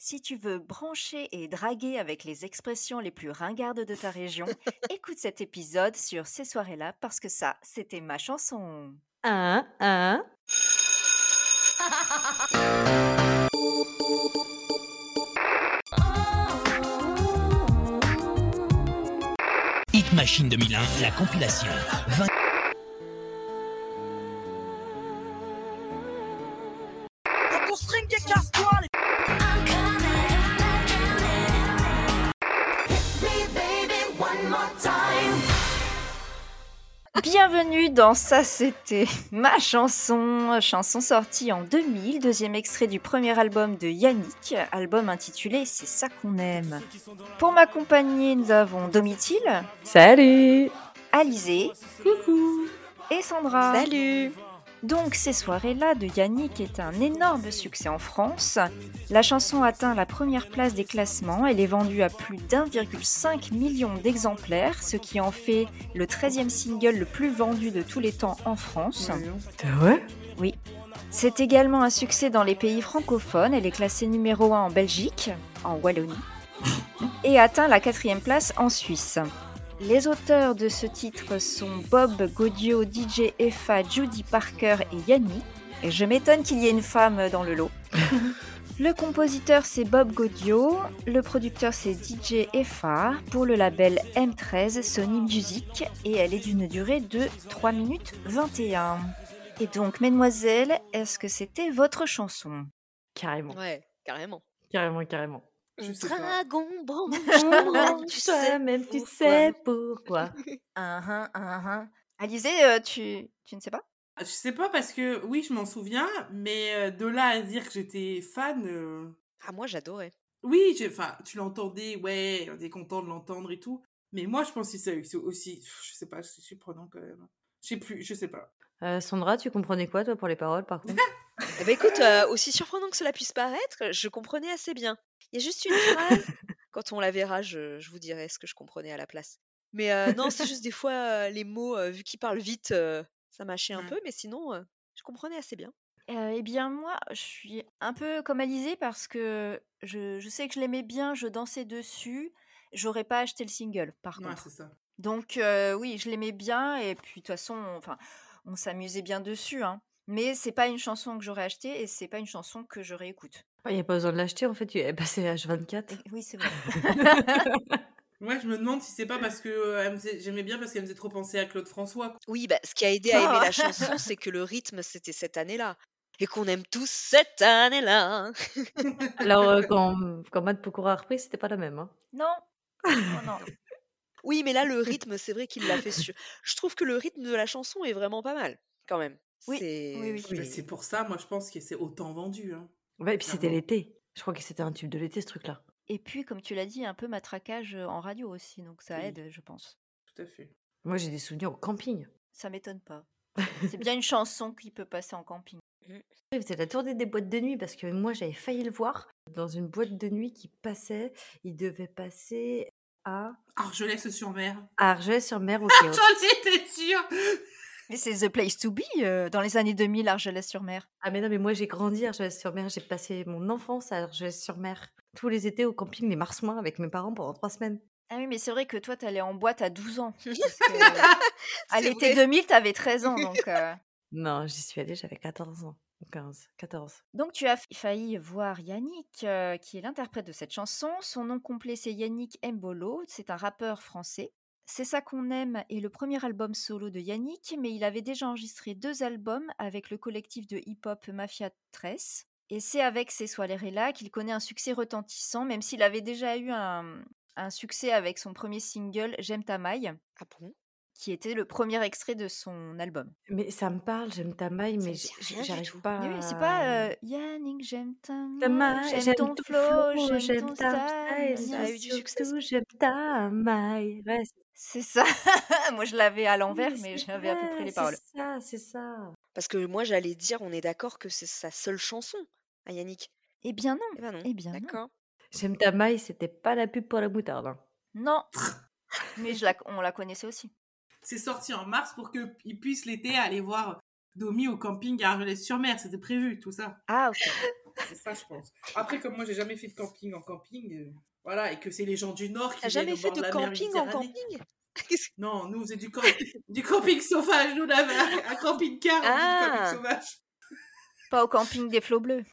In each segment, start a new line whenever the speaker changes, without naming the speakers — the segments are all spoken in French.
Si tu veux brancher et draguer avec les expressions les plus ringardes de ta région, écoute cet épisode sur ces soirées-là parce que ça, c'était ma chanson.
Un, un.
Hit Machine 2001, la compilation. 20...
Quand on string qui casse-toi, les...
Bienvenue dans Ça c'était ma chanson, chanson sortie en 2000, deuxième extrait du premier album de Yannick, album intitulé C'est ça qu'on aime. Pour m'accompagner, nous avons Domitil,
Salut
Alizé
Coucou
et Sandra.
Salut
Donc ces soirées-là de Yannick est un énorme succès en France. La chanson atteint la première place des classements, elle est vendue à plus d'1,5 million d'exemplaires, ce qui en fait le 13e single le plus vendu de tous les temps en France.
ouais
C'est également un succès dans les pays francophones, elle est classée numéro 1 en Belgique, en Wallonie, et atteint la quatrième place en Suisse. Les auteurs de ce titre sont Bob Gaudio, DJ Effa, Judy Parker et Yanni. Et je m'étonne qu'il y ait une femme dans le lot. le compositeur c'est Bob Gaudio, le producteur c'est DJ Effa pour le label M13 Sony Music et elle est d'une durée de 3 minutes 21. Et donc, mesdemoiselles, est-ce que c'était votre chanson
Carrément,
Ouais, carrément.
carrément, carrément.
Je sais pas.
Dragon branche,
tu
branche.
sais, même tu sais pourquoi.
Un, un, un, un. Alizé, euh, tu, tu ne sais pas
Ah, Je sais pas parce que oui, je m'en souviens, mais euh, de là à dire que j'étais fan. euh,
Ah, moi j'adorais.
Oui, j'ai- enfin, tu l'entendais, ouais, on était content de l'entendre et tout. Mais moi, je pense que c'est c'est aussi, je sais pas, c'est surprenant quand même. Je sais plus, je sais pas.
Euh, Sandra, tu comprenais quoi, toi, pour les paroles, par contre
Eh ben, écoute, euh, aussi surprenant que cela puisse paraître, je comprenais assez bien. Il y a juste une phrase. Quand on la verra, je, je vous dirai ce que je comprenais à la place. Mais euh, non, c'est juste des fois euh, les mots, euh, vu qu'ils parlent vite, euh, ça mâchait un
Ouais.
peu, mais sinon, euh, je comprenais assez bien.
Euh, eh bien, moi, je suis un peu comme Alizé parce que je, je sais que je l'aimais bien, je dansais dessus. J'aurais pas acheté le single, par
Ouais,
contre.
c'est ça.
Donc, euh, oui, je l'aimais bien. Et puis, de toute façon, on- enfin, on s'amusait bien dessus. Hein. Mais c'est pas une chanson que j'aurais achetée et c'est pas une chanson que je réécoute.
Il n'y a pas besoin de l'acheter, en fait, tu es passé
Et-
H24.
Oui, c'est vrai.
Ouais, je me demande si c'est pas parce que euh, elle me faisait- j'aimais bien parce qu'elle me faisait trop penser à Claude François. quoi.
Oui, bah, ce qui a aidé à aimer
Ah.
la chanson, c'est que le rythme, c'était cette année-là. Et qu'on aime tous cette année-là.
Alors, euh, quand, quand Matt Pokora a repris, c'était pas la même. Hein.
non. Non, non.
Oui, mais là, le rythme, c'est vrai qu'il l'a fait su. Je trouve que le rythme de la chanson est vraiment pas mal, quand même.
Oui,
C'est-
oui, oui.
Mais
c'est-
C'est pour ça, moi, je pense que c'est autant vendu. hein.
Ouais, et puis c'était
Clairement.
l'été. Je crois que c'était un tube de l'été, ce truc-là.
Et puis, comme tu l'as dit, un peu matraquage euh, en radio aussi. Donc, ça
Oui.
aide, je pense.
Tout à fait.
Moi, j'ai des souvenirs au camping.
Ça m'étonne pas. C'est bien une chanson qui peut passer en camping.
Il faisait la tournée des boîtes de nuit parce que moi j'avais failli le voir dans une boîte de nuit qui passait. Il devait passer à
Argelès-sur-Mer.
Argelès-sur-Mer. au Kéos.
J'en étais sûre
Mais c'est The Place to Be euh, dans les années 2000, Argelès-sur-Mer.
ah mais non mais moi j'ai grandi à Argelès-sur-Mer. J'ai passé mon enfance à Argelès-sur-Mer. Tous les étés au camping les Marsouins avec mes parents pendant trois semaines.
Ah oui, mais c'est vrai que toi, t'allais en boîte à 12 ans. parce que euh, à
C'est
l'été
vrai.
2000, t'avais 13 ans. Donc, euh.
Non j'y suis allée j'avais 14 ans. Ou 15, 14.
donc tu as failli voir Yannick, euh, qui est l'interprète de cette chanson. Son nom complet, c'est Yannick Mbolo. C'est un rappeur français. C'est ça qu'on aime est le premier album solo de Yannick, mais il avait déjà enregistré deux albums avec le collectif de hip-hop Mafia 13. Et c'est avec ces soirées-là qu'il connaît un succès retentissant, même s'il avait déjà eu un, un succès avec son premier single J'aime ta maille.
Ah bon
qui était le premier extrait de son album.
Mais ça me parle j'aime ta maille
Ça
mais
me dit
j- j-
rien du
j'arrive
tout.
pas.
Mais oui, c'est pas euh, Yannick, j'aime ta
Ta maille,
maille, j'aime ton flow, j'aime ton style. Ah
ça a eu du succès,
surtout, J'aime ta maille. Ouais,
C'est ça. Moi, je l'avais à l'envers,
Oui,
mais
c'est
j'avais à peu près
vrai,
les paroles.
C'est ça, c'est ça.
Parce que moi, j'allais dire, on est d'accord que c'est sa seule chanson à Yannick.
Eh bien non,
Eh ben non.
eh bien non.
D'accord.
J'aime ta maille, c'était pas la pub pour la moutarde. hein.
Non. Mais je la- on la connaissait aussi.
C'est sorti en mars pour qu'ils puissent l'été aller voir Domi au camping à Argelès-sur-Mer. C'était prévu, tout ça.
Ah, ok.
C'est ça, je pense. Après, comme moi, j'ai jamais fait de camping en camping, euh, voilà, et que c'est les gens du Nord qui
T'as
viennent
jamais
au
fait
bord
de
la mer
camping en
Méditerranée.
camping Qu'est-ce que-
Non, nous, on faisait du, camp- du camping sauvage. Nous, on avait un, un camping-car, on faisait du
Ah.
camping sauvage.
Pas au camping des flots bleus.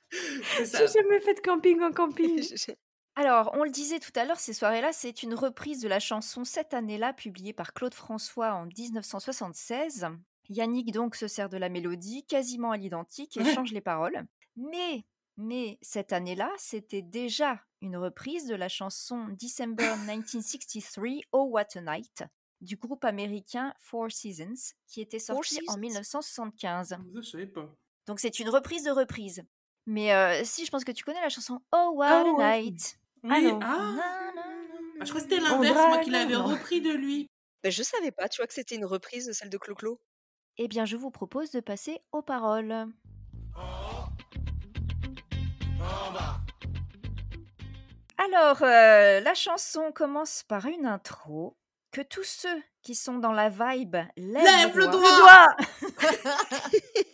C'est ça.
J'ai jamais fait de camping en camping.
Je- je-
Alors, on le disait tout à l'heure, ces soirées-là, c'est une reprise de la chanson Cette année-là, publiée par Claude François en 1976. Yannick donc se sert de la mélodie quasiment à l'identique et
Ouais.
change les paroles. Mais, mais cette année-là, c'était déjà une reprise de la chanson December 1963, Oh What a Night, du groupe américain Four Seasons, qui était
Four
sorti en
Seasons.
1975.
Je savais pas.
Donc c'est une reprise de reprise. Mais euh, si, je pense que tu connais la chanson Oh What
Oh,
a
ouais.
Night.
Oui,
non.
ah, Ah, je crois que c'était
On
l'inverse, moi
drague,
qui l'avais
non.
repris de lui.
Ben, je savais pas, tu vois, que c'était une reprise de celle de Clo-Clo.
Eh bien, je vous propose de passer aux paroles. Alors, euh, la chanson commence par une intro que tous ceux qui sont dans la vibe lèvent,
Lève le doigt.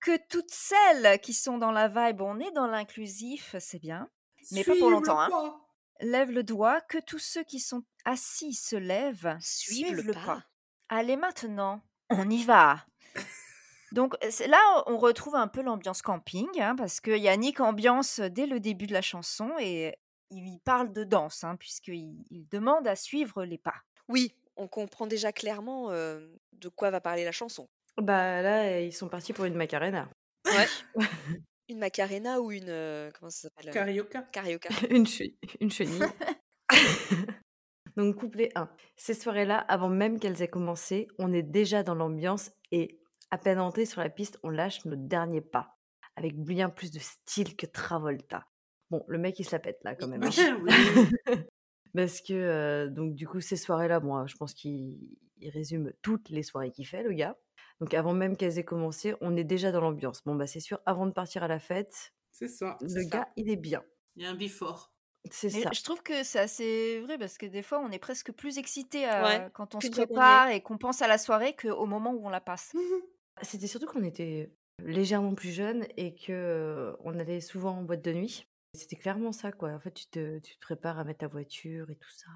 que toutes celles qui sont dans la vibe, on est dans l'inclusif, c'est bien, Mais pas pour
Suive le
longtemps, hein.
pas.
lèvent le doigt, que tous ceux qui sont assis se lèvent,
Suive le Ah, pas.
Allez maintenant, on y va. Donc c'est- là, on retrouve un peu l'ambiance camping, hein, parce que Yannick ambiance dès le début de la chanson et il parle de danse, hein, puisqu'il il demande à suivre les pas.
Oui, on comprend déjà clairement euh, de quoi va parler la chanson.
Bah là, euh, ils sont partis pour une macarena.
Une Macarena ou une. euh, comment ça s'appelle euh,
Carioca.
Carioca.
Une, che- une chenille. Donc couplet 1. Ces soirées-là, avant même qu'elles aient commencé, on est déjà dans l'ambiance et à peine entré sur la piste, on lâche nos derniers pas. Avec bien plus de style que Travolta. Bon, le mec il se la pète là quand même. hein.
Oui.
Parce que, euh, donc, du coup, ces soirées-là, moi, je pense qu'il il résume toutes les soirées qu'il fait, le gars. Donc, avant même qu'elles aient commencé, on est déjà dans l'ambiance. Bon, bah, c'est sûr, avant de partir à la fête,
C'est ça.
le
C'est ça.
gars, il est bien.
Il y a un before.
C'est
Mais
ça.
je trouve que c'est assez vrai parce que des fois, on est presque plus excité euh,
Ouais,
quand on
plus
se
de Mmh répondre.
prépare et qu'on pense à la soirée qu'au moment où on la passe.
C'était surtout qu'on était légèrement plus jeunes et que euh, on allait souvent en boîte de nuit. C'était clairement ça, quoi. En fait, tu te, tu te prépares à mettre ta voiture et tout ça.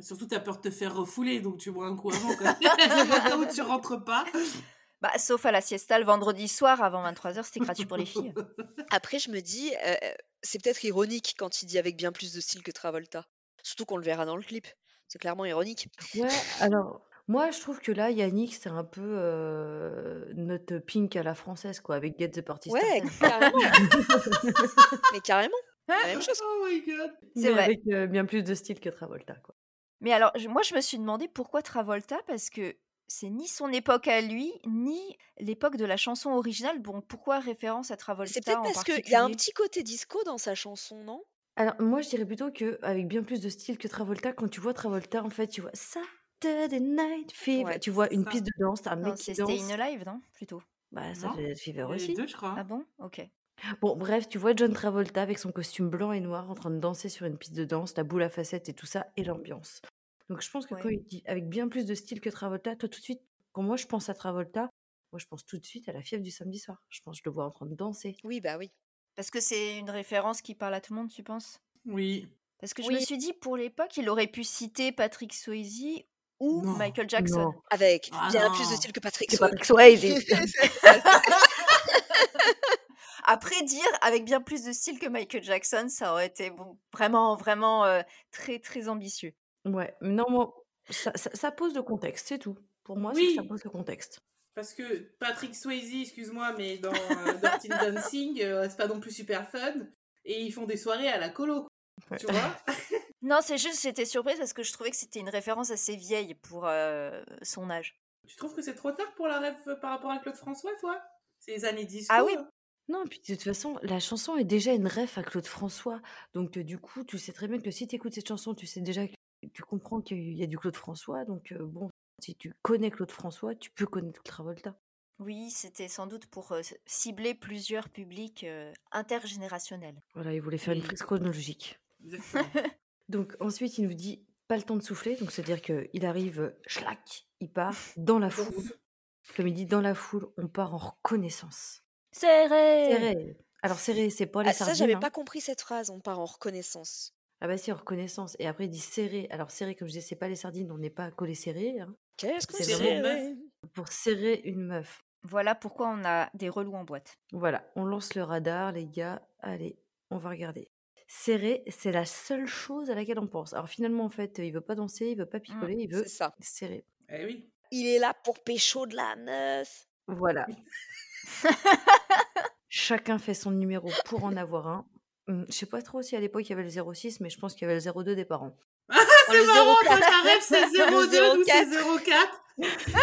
Surtout, t'as peur de te faire refouler, donc tu bois un coup avant. quoi. Le matin où tu rentres pas.
Bah, sauf à la siesta le vendredi soir avant 23h, c'était gratuit pour les filles.
Après, je me dis, euh, euh, c'est peut-être ironique quand il dit avec bien plus de style que Travolta. Surtout qu'on le verra dans le clip. C'est clairement ironique.
Ouais, alors, moi, je trouve que là, Yannick, c'est un peu euh, notre pink à la française, quoi, avec Get the Party Started.
Ouais, carrément. Mais carrément. La même chose.
Oh my god.
C'est
mais
vrai.
avec euh, bien plus de style que Travolta. Quoi.
Mais alors, je- moi, je me suis demandé pourquoi Travolta, parce que c'est ni son époque à lui, ni l'époque de la chanson originale. Bon, pourquoi référence à Travolta
C'est peut-être
en
parce
particulier
qu'il y a un petit côté disco dans sa chanson, non
Alors moi je dirais plutôt que avec bien plus de style que Travolta, quand tu vois Travolta en fait tu vois Saturday Night Fever,
Ouais,
tu vois
c'est
une
ça.
piste de danse, un mec
Non,
qui
c'est
danse.
Stay in Alive, non Plutôt.
Bah
Non,
Saturday Night Fever
Il y a les
aussi.
deux, je crois.
Ah bon Ok.
Bon bref tu vois John Travolta avec son costume blanc et noir en train de danser sur une piste de danse, la boule à facettes et tout ça et l'ambiance. Donc je pense que
Ouais.
quand il dit avec bien plus de style que Travolta, toi tout de suite quand moi je pense à Travolta, moi je pense tout de suite à la fièvre du samedi soir. Je pense que je le vois en train de danser.
Oui, bah oui.
Parce que c'est une référence qui parle à tout le monde, tu penses
Oui.
Parce que je me
Oui.
suis dit, pour l'époque, il aurait pu citer Patrick Swayze ou
Non,
Michael Jackson.
Non.
Avec
Ah
bien plus de
non.
style que Patrick
C'est
Swayze.
Patrick Swayze.
Après dire avec bien plus de style que Michael Jackson, ça aurait été bon, vraiment, vraiment euh, très, très ambitieux.
Ouais, mais non, moi, ça, ça- ça pose le contexte, c'est tout. Pour moi, c'est que ça
Oui.
pose le contexte.
Parce que Patrick Swayze, excuse-moi, mais dans euh, Dirty Dancing, euh, c'est pas non plus super fun. Et ils font des soirées à la colo. quoi.
Ouais.
Tu vois
Non, c'est juste, j'étais surprise parce que je trouvais que c'était une référence assez vieille pour euh, son âge.
Tu trouves que c'est trop tard pour la rêve euh, par rapport à Claude François, toi C'est les années hein. 10.
Ah oui.
Non, et puis de toute façon, la chanson est déjà une ref à Claude François. Donc, euh, du coup, tu sais très bien que si tu écoutes cette chanson, tu sais déjà que tu comprends qu'il y a du Claude François. Donc, euh, bon, si tu connais Claude François, tu peux connaître Travolta.
Oui, c'était sans doute pour euh, cibler plusieurs publics euh, intergénérationnels.
Voilà, il voulait faire une
Oui.
frise chronologique.
Exactement.
Donc, ensuite, il nous dit pas le temps de souffler. Donc, c'est-à-dire qu'il arrive, euh, schlac, il part dans la foule.
Donc,
Comme il dit, dans la foule, on part en reconnaissance.
Serré
Serré. Alors, serré, c'est pas les
Eh. Ah, ça,
sardines.
j'avais
hein.
pas compris cette phrase. On part en reconnaissance.
Ah bah si, en reconnaissance. Et après, il dit serré. Alors, serré, comme je disais, c'est pas les sardines, on n'est pas collé serré. hein.
Qu'est-ce que
C'est
c'est
vraiment
ouais.
Pour serrer une meuf.
Voilà pourquoi on a des relous en boîte.
Voilà, on lance le radar, les gars. Allez, on va regarder. Serré, c'est la seule chose à laquelle on pense. Alors finalement, en fait, il veut pas danser, il veut pas picoler, il veut
Mmh, C'est ça.
serrer.
Eh oui.
Il est là pour pécho de la meuf.
Voilà. Chacun fait son numéro pour en avoir un. Hum, Je sais pas trop si à l'époque il y avait le 06, mais je pense qu'il y avait le 02 des parents.
Oh,
Ah, C'est
le
marrant, toi,
04.
ta rêve, c'est 02, nous, c'est 04.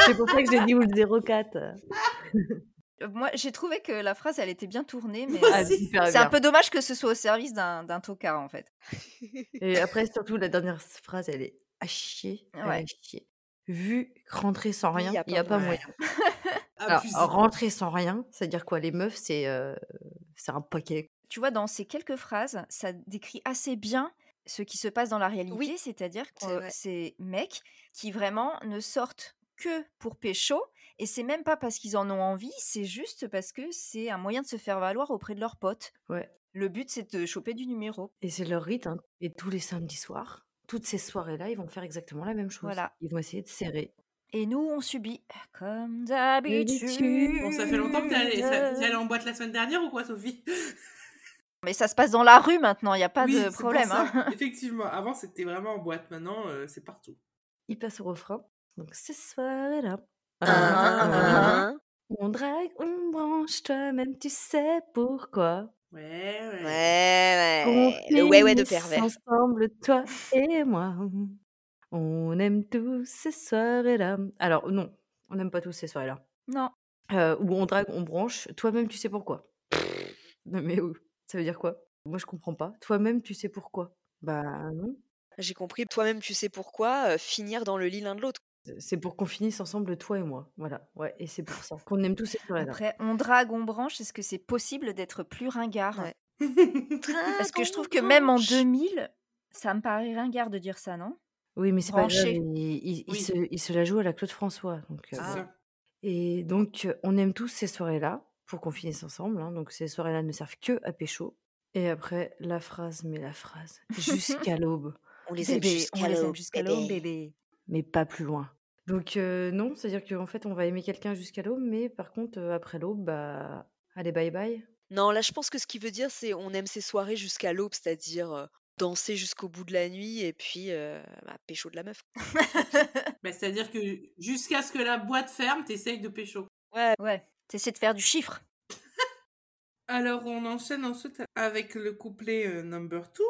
C'est pour ça que j'ai dit ou le 04.
Euh, Moi, j'ai trouvé que la phrase, elle était bien tournée, mais
Moi
Ah,
euh,
aussi.
super
c'est
bien.
un peu dommage que ce soit au service d'un d'un tocard, en fait.
Et après, surtout, la dernière phrase, elle est à chier. Elle
Ouais.
est à chier. Vu que rentrer sans
Oui,
rien,
y a
il n'y a
pas
pas
moyen.
moyen.
Ah,
Alors,
plus-
rentrer sans rien, c'est-à-dire quoi Les meufs, c'est euh, c'est un paquet.
Tu vois, dans ces quelques phrases, ça décrit assez bien ce qui se passe dans la réalité,
Oui,
c'est-à-dire que
c'est
euh,
vrai.
ces mecs qui vraiment ne sortent que pour pécho, et c'est même pas parce qu'ils en ont envie, c'est juste parce que c'est un moyen de se faire valoir auprès de leurs potes.
Ouais.
Le but, c'est de choper du numéro.
Et c'est leur rite. hein. Et tous les samedis soirs, toutes ces soirées-là, ils vont faire exactement la même chose.
Voilà.
Ils vont essayer de serrer.
Et nous, on subit comme d'habitude.
Bon, ça fait longtemps que t'es allée, ça- t'es allée en boîte la semaine dernière ou quoi, Sophie
Mais ça se passe dans la rue maintenant, il n'y a pas
Oui, c'est
de
pour
problème.
ça.
hein.
Effectivement, avant, c'était vraiment en boîte. Maintenant, euh, c'est partout.
Ils passent au refrain. Donc, ces soirées-là.
Ah,
Ah,
On drague, on branche, toi-même, tu sais pourquoi.
Ouais, ouais.
Ouais, ouais.
On
Eh, Le ouais, ouais de
finisse
pervers.
Ensemble, toi et moi. On aime tous ces soirées-là. Alors, non, on n'aime pas tous ces soirées-là.
Non.
Euh, où on drague, on branche. Toi-même, tu sais pourquoi. Non, mais où Ça veut dire quoi Moi, je comprends pas. Toi-même, tu sais pourquoi. Bah non.
J'ai compris. Toi-même, tu sais pourquoi euh, finir dans le lit l'un de l'autre.
C'est pour qu'on finisse ensemble, toi et moi. Voilà. Ouais, et c'est pour ça qu'on aime tous ces soirées-là.
Après, on drague, on branche. Est-ce que c'est possible d'être plus ringard
Ouais.
Parce que je trouve que même en 2000, ça me paraît ringard de dire ça, non
Oui, mais c'est pas grave.
Branché.
Il, il- il
Oui.
se, il se la joue à la Claude François. Donc, euh,
C'est
bon.
ça.
Et donc, euh, on aime tous ces soirées-là pour qu'on finisse ensemble. hein. Donc, ces soirées-là ne servent que à pécho. Et après, la phrase, mais la phrase, jusqu'à l'aube,
On les aime
Bébé, on
jusqu'à
les aime
l'aube.
jusqu'à l'aube,
bébé.
bébé.
mais pas plus loin. Donc, euh, non, c'est-à-dire qu'en fait, on va aimer quelqu'un jusqu'à l'aube, mais par contre, euh, après l'aube, bah, allez, bye bye.
Non, là, je pense que ce qu'il veut dire, c'est on aime ces soirées jusqu'à l'aube, c'est-à-dire euh, danser jusqu'au bout de la nuit et puis euh, bah, pécho de la meuf.
Bah, C'est-à-dire que jusqu'à ce que la boîte ferme, t'essayes de pécho.
Ouais,
Ouais, t'essaies de faire du chiffre.
Alors, on enchaîne ensuite avec le couplet euh, number two.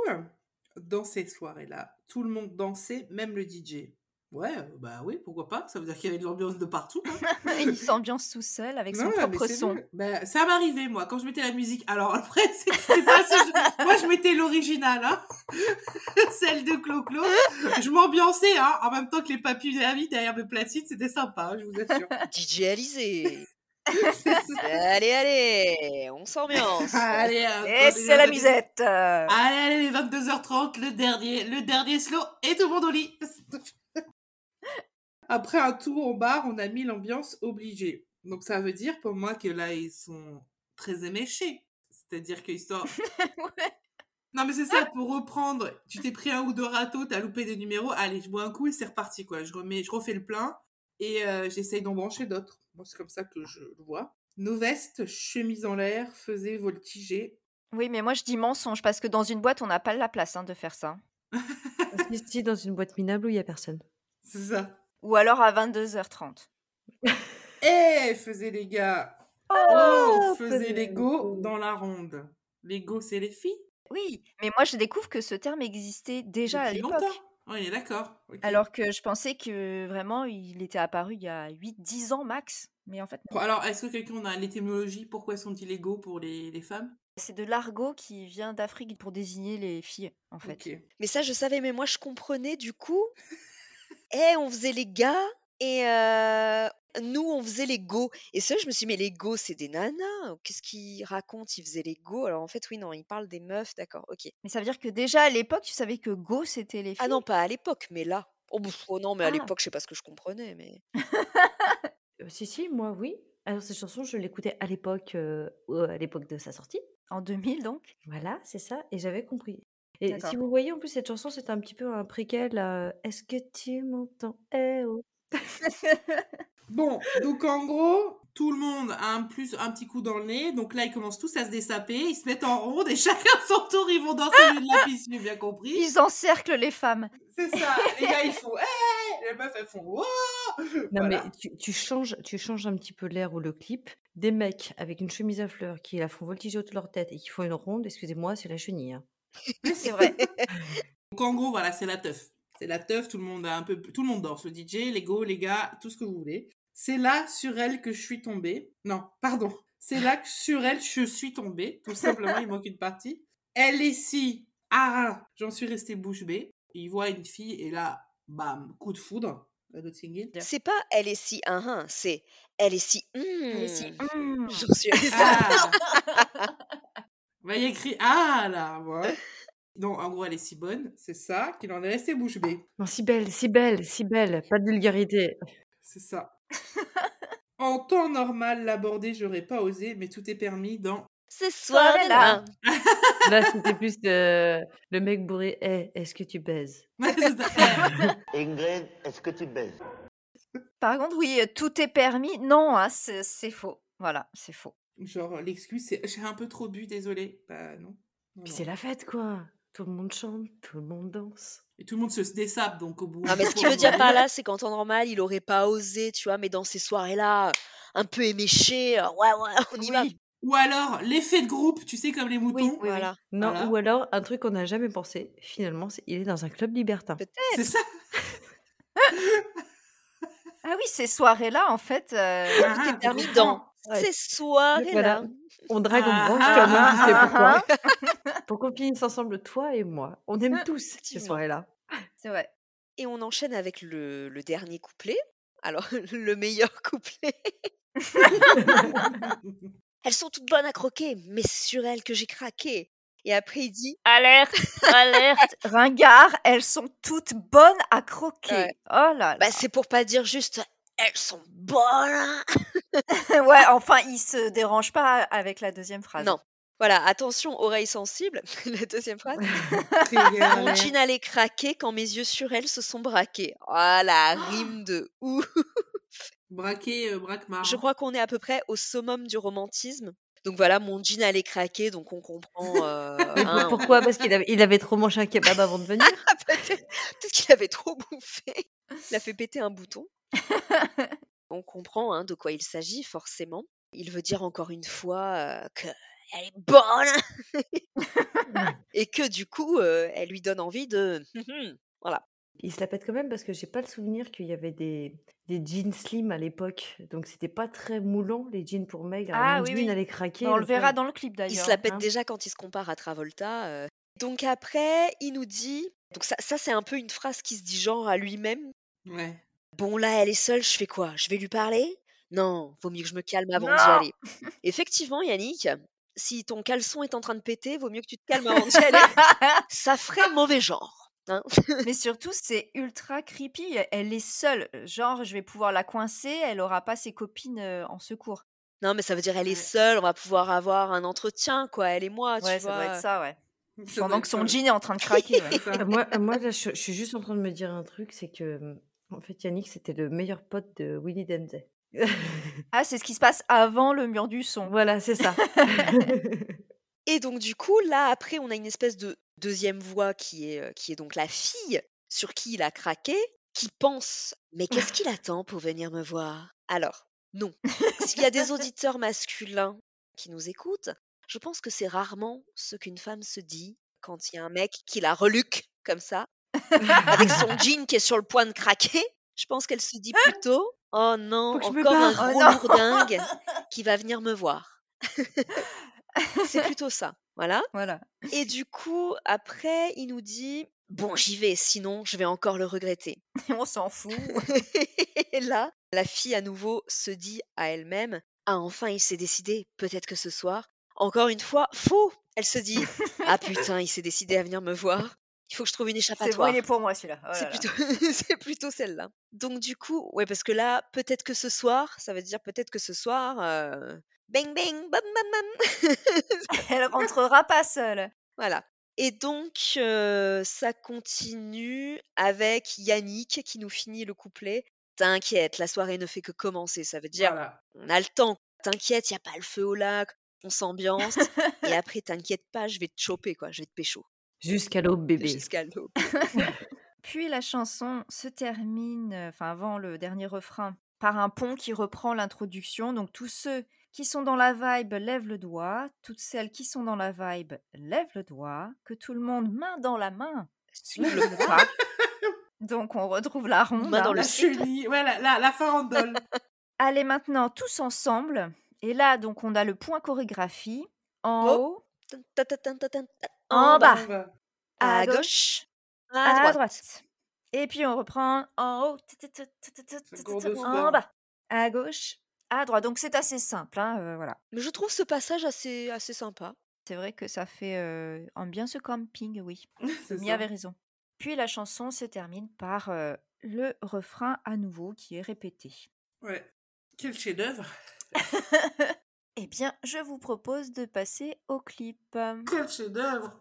Dans ces soirées-là, tout le monde dansait, même le DJ. Ouais, euh, bah oui, pourquoi pas Ça veut dire qu'il y avait de l'ambiance de partout. hein.
Il s'ambiance tout seul avec son
Non, mais
propre
c'est
son.
vrai. Bah, ça m'arrivait, moi, quand je mettais la musique. Alors après, c'est- c'était pas ce que- Moi, je mettais l'original, hein. Celle de Clo-Clo. Je m'ambiançais, hein. En même temps que les papilles d'amis derrière mes platines, c'était sympa, hein, je vous assure.
DJ Alizé. allez, allez, on s'ambiance.
allez,
Ah,
euh,
Et Eh, c'est la
misère
musette euh.
Allez, allez, les 22h30, le dernier, le dernier slow, et tout le monde au lit. Après un tour au bar, on a mis l'ambiance obligée. Donc ça veut dire pour moi que là, ils sont très éméchés. C'est-à-dire que histoire...
Ouais.
Non mais c'est ça, pour reprendre, tu t'es pris un ou deux râteaux, t'as loupé des numéros, allez, je bois un coup et c'est reparti, quoi. Je, remets, je refais le plein et euh, j'essaye d'en brancher d'autres. Moi, c'est comme ça que je le vois. Nos vestes, chemises en l'air, faisaient voltiger.
Oui, mais moi je dis mensonge parce que dans une boîte, on n'a pas la place hein, de faire ça.
Parce qu'ici, Ah, dans une boîte minable où il n'y a personne.
C'est ça.
Ou alors à 22h30.
Eh, faisaient les gars. Oh, faisaient les go dans la ronde. Les go, c'est les filles.
Oui, mais moi je découvre que ce terme existait déjà à
depuis
l'époque.
longtemps. On est d'accord. ok.
Alors que je pensais que vraiment il était apparu il y a 8-10 ans max. Mais en fait, non.
Alors, est-ce que quelqu'un a l'étymologie Pourquoi sont ils go pour les, les femmes
c'est de l'argot qui vient d'Afrique pour désigner les filles, en fait.
Ok.
Mais ça, je savais, mais moi, je comprenais du coup. Eh, on faisait les gars et euh, nous, on faisait les go. Et ça, je me suis dit, mais les go, c'est des nanas. oh, Qu'est-ce qu'ils racontent Ils faisaient les go. Alors en fait, oui, non, ils parlent des meufs, d'accord, ok.
Mais ça veut dire que déjà à l'époque, tu savais que go c'était les filles.
Ah non, pas à l'époque, mais là. Oh, pff, oh non, mais à
Ah.
l'époque, je sais pas ce que je comprenais, mais.
Euh, si, si, moi, oui. Alors, cette chanson, je l'écoutais à l'époque euh, euh, à l'époque de sa sortie.
En 2000 donc
Voilà, c'est ça, et j'avais compris. Et
D'accord.
si vous voyez, en plus, cette chanson, c'est un petit peu un préquel à Est-ce que tu m'entends Eh oh
Bon, donc en gros, tout le monde a un, plus, un petit coup dans le nez. Donc là, ils commencent tous à se dessaper, ils se mettent en ronde et chacun à son tour, ils vont danser le milieu de la piste, j'ai bien compris.
Ils encerclent les femmes.
C'est ça. Les gars, ils font Hey Les meufs, elles font Wow
Non,
Voilà.
mais tu, tu changes, tu changes un petit peu l'air ou le clip. Des mecs avec une chemise à fleurs qui la font voltiger autour de leur tête et qui font une ronde, excusez-moi, c'est la chenille. hein.
C'est vrai.
Donc en gros, voilà, c'est la teuf. C'est la teuf, tout le monde a un peu tout le monde danse, le DJ, les go, les gars, tout ce que vous voulez. C'est là sur elle que je suis tombée. Non, pardon. C'est là que sur elle je suis tombée, tout simplement, il manque une partie. Elle est si ah, j'en suis restée bouche bée. Il voit une fille et là bam, coup de foudre. L'autre single.
C'est pas elle est si un un, c'est elle est si
Et si-
hmm.
Mm.
J'en suis allée-
Ah Bah, il y a écrit ah là, voilà. Donc en gros, elle est si bonne, c'est ça qu'il en est resté bouche bée.
Non, si belle, si belle, si belle, pas de vulgarité.
C'est ça. en temps normal, l'aborder, j'aurais pas osé, mais tout est permis dans.
Ce soir
Soirée
est
là.
là.
Là, c'était plus euh, le mec bourré, Eh, est-ce que tu baises
C'est ça.
Ingrid, est-ce que tu baises
Par contre, oui, euh, tout est permis. Non, hein, c'est c'est faux. Voilà, c'est faux.
Genre, l'excuse, c'est j'ai un peu trop bu, désolé. Bah non. Non,
Puis
non.
c'est la fête, quoi. Tout le monde chante, tout le monde danse.
Et tout le monde se dessape, donc au bout.
Non, mais ce qu'il veut dire par là, c'est qu'en temps normal, il aurait pas osé, tu vois, mais dans ces soirées-là, un peu éméché, euh, ouais, ouais, on y va.
Oui.
Ou alors, l'effet de groupe, tu sais, comme les moutons.
oui.
Voilà.
Non,
Voilà.
ou alors un truc qu'on n'a jamais pensé, finalement, c'est il est dans un club libertin.
C'est ça.
Ah oui, ces soirées-là, en fait. euh,
Ah,
Tout
ah,
est
tu
permis
comprends.
dans
Ouais.
ces soirées-là.
Voilà. On drague, on
Ah,
branche,
ah,
comme on dit,
ah,
c'est
ah,
pourquoi. Pour qu'on finisse ensemble, toi et moi. On aime
Ah,
tous ces
effectivement.
soirées-là.
c'est vrai.
Et on enchaîne avec le, le dernier couplet. Alors, le meilleur couplet. Elles sont toutes bonnes à croquer, mais c'est sur elles que j'ai craqué. Et après, il dit
Alerte, alerte, ringard, elles sont toutes bonnes à croquer.
Ouais.
Oh là là.
Bah, c'est pour pas dire juste elles sont bonnes. hein.
ouais, enfin, il se dérange pas avec la deuxième phrase.
Non. Voilà, attention, oreilles sensibles. La deuxième phrase.
Trigger
Mon
alert.
jean allait craquer quand mes yeux sur elle se sont braqués. Ah, la rime de ouf.
Braqué, euh, braquemar.
Je crois qu'on est à peu près au summum du romantisme. Donc voilà, mon jean allait craquer, donc on comprend. euh,
Mais
Ah.
hein, on-
pourquoi Parce qu'il avait, il avait trop mangé un kebab avant de venir
Peut-être peut-être qu'il avait trop bouffé. Il a fait péter un bouton. On comprend hein, de quoi il s'agit, forcément. Il veut dire encore une fois euh, que qu'elle est bonne et que du coup, euh, elle lui donne envie de. hum,
Il se la pète quand même parce que j'ai pas le souvenir qu'il y avait des, des jeans slim à l'époque. Donc c'était pas très moulant les jeans pour maigre.
Ah
mon
oui,
jean
oui.
allait craquer.
On le
donc euh, là,
verra dans le clip
Il
d'ailleurs.
se la pète
hein.
déjà quand il se compare à Travolta. euh. Donc après, il nous dit. Donc ça, ça c'est un peu une phrase qui se dit genre à lui-même.
Ouais.
Bon, là, elle est seule, je fais quoi Je vais lui parler Non, vaut mieux que je me calme avant d'y
Non.
aller. Effectivement, Yannick, si ton caleçon est en train de péter, vaut mieux que tu te calmes avant d'y aller. Ça ferait le mauvais genre. hein.
Mais surtout, c'est ultra creepy. e, Elle est seule. Genre, je vais pouvoir la coincer. Elle aura pas ses copines euh, en secours.
non, mais ça veut dire elle est
Ouais.
seule, on va pouvoir avoir un entretien, quoi, elle et moi, Ah, tu
Ouais, ça
vois. euh.
doit être ça, ouais.
Ça doit
Pendant
être
que
ça.
son jean est en train de craquer. ouais.
C'est ça.
Ah, Moi, ah, moi là, je, je suis juste en train de me dire un truc c'est que, en fait, Yannick, c'était le meilleur pote de Willy Denzey.
Ah, c'est ce qui se passe avant le mur du son.
voilà, c'est ça.
Et donc, du coup, là, après, on a une espèce de deuxième voix qui est, euh, qui est donc la fille sur qui il a craqué, qui pense Mais qu'est-ce qu'il attend pour venir me voir Alors, non. S'il y a des auditeurs masculins qui nous écoutent, je pense que c'est rarement ce qu'une femme se dit quand il y a un mec qui la reluque comme ça, avec son jean qui est sur le point de craquer. Je pense qu'elle se dit plutôt Oh non,
Faut que je me
encore un
barre. Oh
gros
non.
lourdingue qui va venir me voir. c'est plutôt ça. Voilà.
Voilà.
Et du coup, après, il nous dit Bon, j'y vais, sinon je vais encore le regretter.
On s'en fout.
Et là, la fille à nouveau se dit à elle-même Ah, enfin, il s'est décidé, peut-être que ce soir. Encore une fois, faux Elle se dit Ah putain, il s'est décidé à venir me voir. Il faut que je trouve une
C'est bon,
échappatoire.
il est pour moi celui-là. Oh là
C'est
là.
plutôt, c'est plutôt celle-là. Donc du coup, ouais, parce que là, peut-être que ce soir, ça veut dire peut-être que ce soir, euh, Bang bang, bam bam bam.
Elle rentrera pas seule.
Voilà. Et donc, euh, ça continue avec Yannick qui nous finit le couplet. T'inquiète, la soirée ne fait que commencer. Ça veut dire,
Voilà.
on a le temps. T'inquiète, y a pas le feu au lac. On s'ambiance. et après, t'inquiète pas, je vais te choper, quoi. Je vais te pécho.
Jusqu'à l'aube, bébé.
Jusqu'à l'aube.
Puis la chanson se termine, euh, enfin avant le dernier refrain, par un pont qui reprend l'introduction. Donc tous ceux qui sont dans la vibe lèvent le doigt, toutes celles qui sont dans la vibe lèvent le doigt, que tout le monde main dans la main suive le pas. Donc on retrouve la ronde.
Main dans
hein.
le
La chenille, ouais, la, la, la farandole.
Allez maintenant tous ensemble. Et là donc on a le point chorégraphie en
Oh.
haut,
Tin, ta, ta, tin, ta, tin, ta.
en
bah.
bas,
On va-
à,
à
gauche,
À droite.
Et puis on reprend en haut, tut, tut, tut, tut, tut, tut,
cours
tut,
de
en
sport.
bas, à gauche, à droite. Donc c'est assez simple, hein, euh, voilà.
Mais je trouve ce passage assez, assez sympa.
C'est vrai que ça fait euh, un bien ce camping, oui.
C'est
Mia
ça.
avait raison. Puis la chanson se termine par euh, le refrain à nouveau qui est répété.
Ouais. Quel chef-d'œuvre.
Eh bien, je vous propose de passer au clip.
Quel chef-d'œuvre.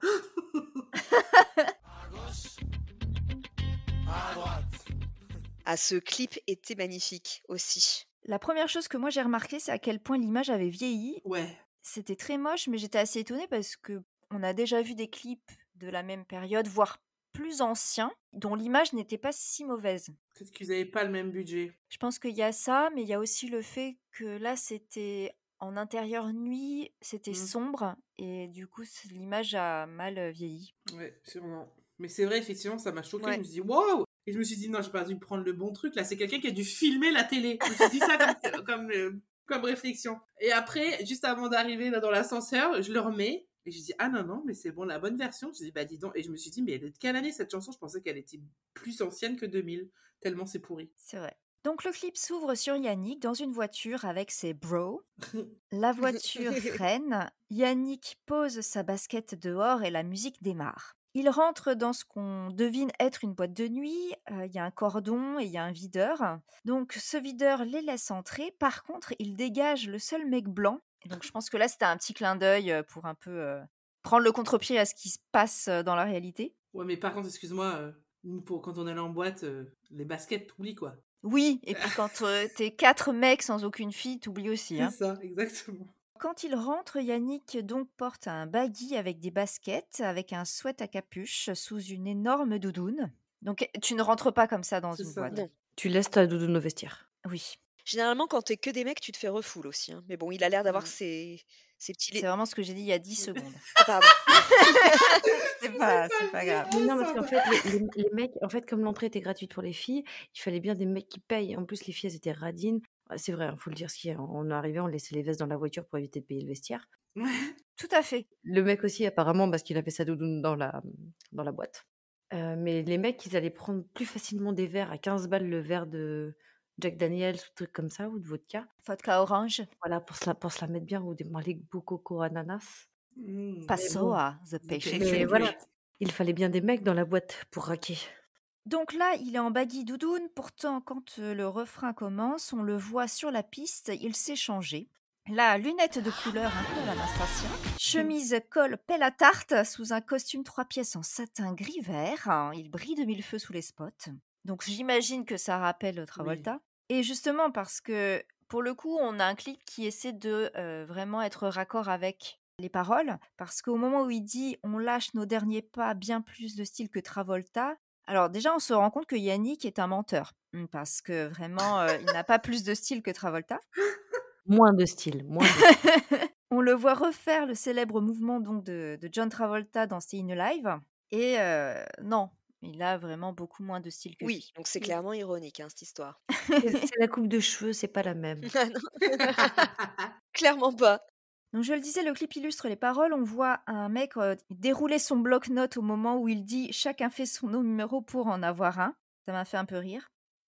Ah, ce clip était magnifique aussi.
La première chose que moi j'ai remarqué, c'est à quel point l'image avait vieilli
Ouais.
c'était très moche, mais j'étais assez étonnée parce que on a déjà vu des clips de la même période, voire plus anciens, dont l'image n'était pas si mauvaise.
Peut-être qu'ils n'avaient pas le même budget.
Je pense qu'il y a ça, mais il y a aussi le fait que là, c'était en intérieur nuit, c'était
Mhm.
sombre, et du coup, c- l'image a mal euh, vieilli.
Ouais, sûrement. Mais c'est vrai, effectivement, ça m'a choqué.
Ouais.
Je me suis dit, waouh Et je me suis dit, non, j'ai pas dû prendre le bon truc. Là, c'est quelqu'un qui a dû filmer la télé. Je me suis dit ça comme, comme, euh, comme réflexion. Et après, juste avant d'arriver là dans l'ascenseur, je le remets. Et je dis, ah non, non, mais c'est bon, la bonne version. Je dis, bah dis donc. Et je me suis dit, mais elle est de quelle année cette chanson Je pensais qu'elle était plus ancienne que 2000. Tellement c'est pourri.
C'est vrai. Donc le clip s'ouvre sur Yannick dans une voiture avec ses bros. La voiture freine, Yannick pose sa basket dehors et la musique démarre. Il rentre dans ce qu'on devine être une boîte de nuit, euh, il y a un cordon et il y a un videur. Donc ce videur les laisse entrer, par contre il dégage le seul mec blanc. Et donc je pense que là c'était un petit clin d'œil euh, pour un peu euh, prendre le contre-pied à ce qui se passe euh, dans la réalité.
Ouais, mais par contre, excuse-moi, euh, nous, pour, quand on allait en boîte, euh, les baskets, t'oublies quoi.
Oui, et puis quand euh, t'es quatre mecs sans aucune fille, t'oublies aussi. hein.
C'est ça, exactement.
Quand il rentre, Yannick donc porte un baggy avec des baskets, avec un sweat à capuche, sous une énorme doudoune. Donc eh, tu ne rentres pas comme ça dans
C'est
une
ça.
boîte.
Non.
Tu laisses ta doudoune au vestiaire.
Oui,
Généralement, quand t'es que des mecs, tu te fais refoule aussi. hein. Mais bon, il a l'air d'avoir
Ouais.
ses, ses petits.
c'est
lé-
vraiment ce que j'ai dit il y a 10 secondes.
Ah, pardon.
C'est pas, c'est pas grave.
Ah,
Mais non, parce
ça
qu'en fait, les, les- les mecs, en fait, comme l'entrée était gratuite pour les filles, il fallait bien des mecs qui payent. En plus, les filles, elles étaient radines. Ah, C'est vrai, il faut le dire, si on arrivait, on laissait les vestes dans la voiture pour éviter de payer le vestiaire.
Tout à fait.
Le mec aussi, apparemment, parce qu'il avait sa doudoune dans la, dans la boîte. Euh, mais les mecs, ils allaient prendre plus facilement des verres à 15 balles le verre de Jack Daniels ou trucs comme ça, ou de vodka.
Vodka orange,
Voilà, pour se la, pour se la mettre bien, ou des Malibu Coco Ananas.
Mm.
Passoa, the patient.
Patient.
Mais voilà, il fallait bien des mecs dans la boîte pour raquer.
Donc là, il est en baggy doudoune, pourtant quand euh, le refrain commence, on le voit sur la piste, il s'est changé. Là, lunettes de couleur un peu à l'Anastasia, chemise col pelle à tarte sous un costume trois pièces en satin gris vert, hein, il brille de mille feux sous les spots. Donc j'imagine que ça rappelle Travolta. Et justement parce que pour le coup, on a un clip qui essaie de euh, vraiment être raccord avec les paroles, parce qu'au moment où il dit on lâche nos derniers pas bien plus de style que Travolta, alors déjà, on se rend compte que Yannick est un menteur, hum, parce que vraiment, euh, il n'a pas plus de style que Travolta.
Moins de style, moins de
On le voit refaire le célèbre mouvement donc de, de John Travolta dans Stay in Live, et euh, non, il a vraiment beaucoup moins de style que
Oui,
lui.
donc c'est clairement ironique, hein, cette histoire.
C'est c'est la coupe de cheveux, c'est pas la même.
Ah non, clairement pas.
Donc je le disais, le clip illustre les paroles. On voit un mec euh, dérouler son bloc-notes au moment où il dit chacun fait son numéro pour en avoir un. Ça m'a fait un peu rire.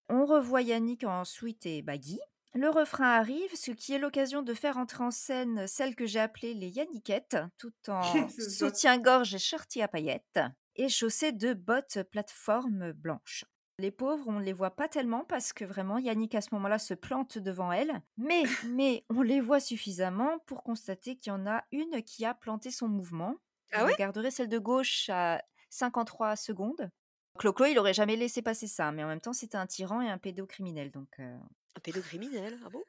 On revoit Yannick en sweat et baggy. Le refrain arrive, ce qui est l'occasion de faire entrer en scène celles que j'ai appelées les Yannickettes, tout en
C'est ça.
soutien-gorge et shorty à paillettes, et chaussées de bottes plateforme blanches. Les pauvres, on ne les voit pas tellement parce que vraiment, Yannick à ce moment-là se plante devant elle. Mais, mais on les voit suffisamment pour constater qu'il y en a une qui a planté son mouvement.
Ah
Vous
ouais
regarderez celle de gauche à 53 secondes. Clo-Clo, il aurait jamais laissé passer ça, mais en même temps, c'était un tyran et un pédocriminel, donc... euh,
Un pédocriminel, ah bon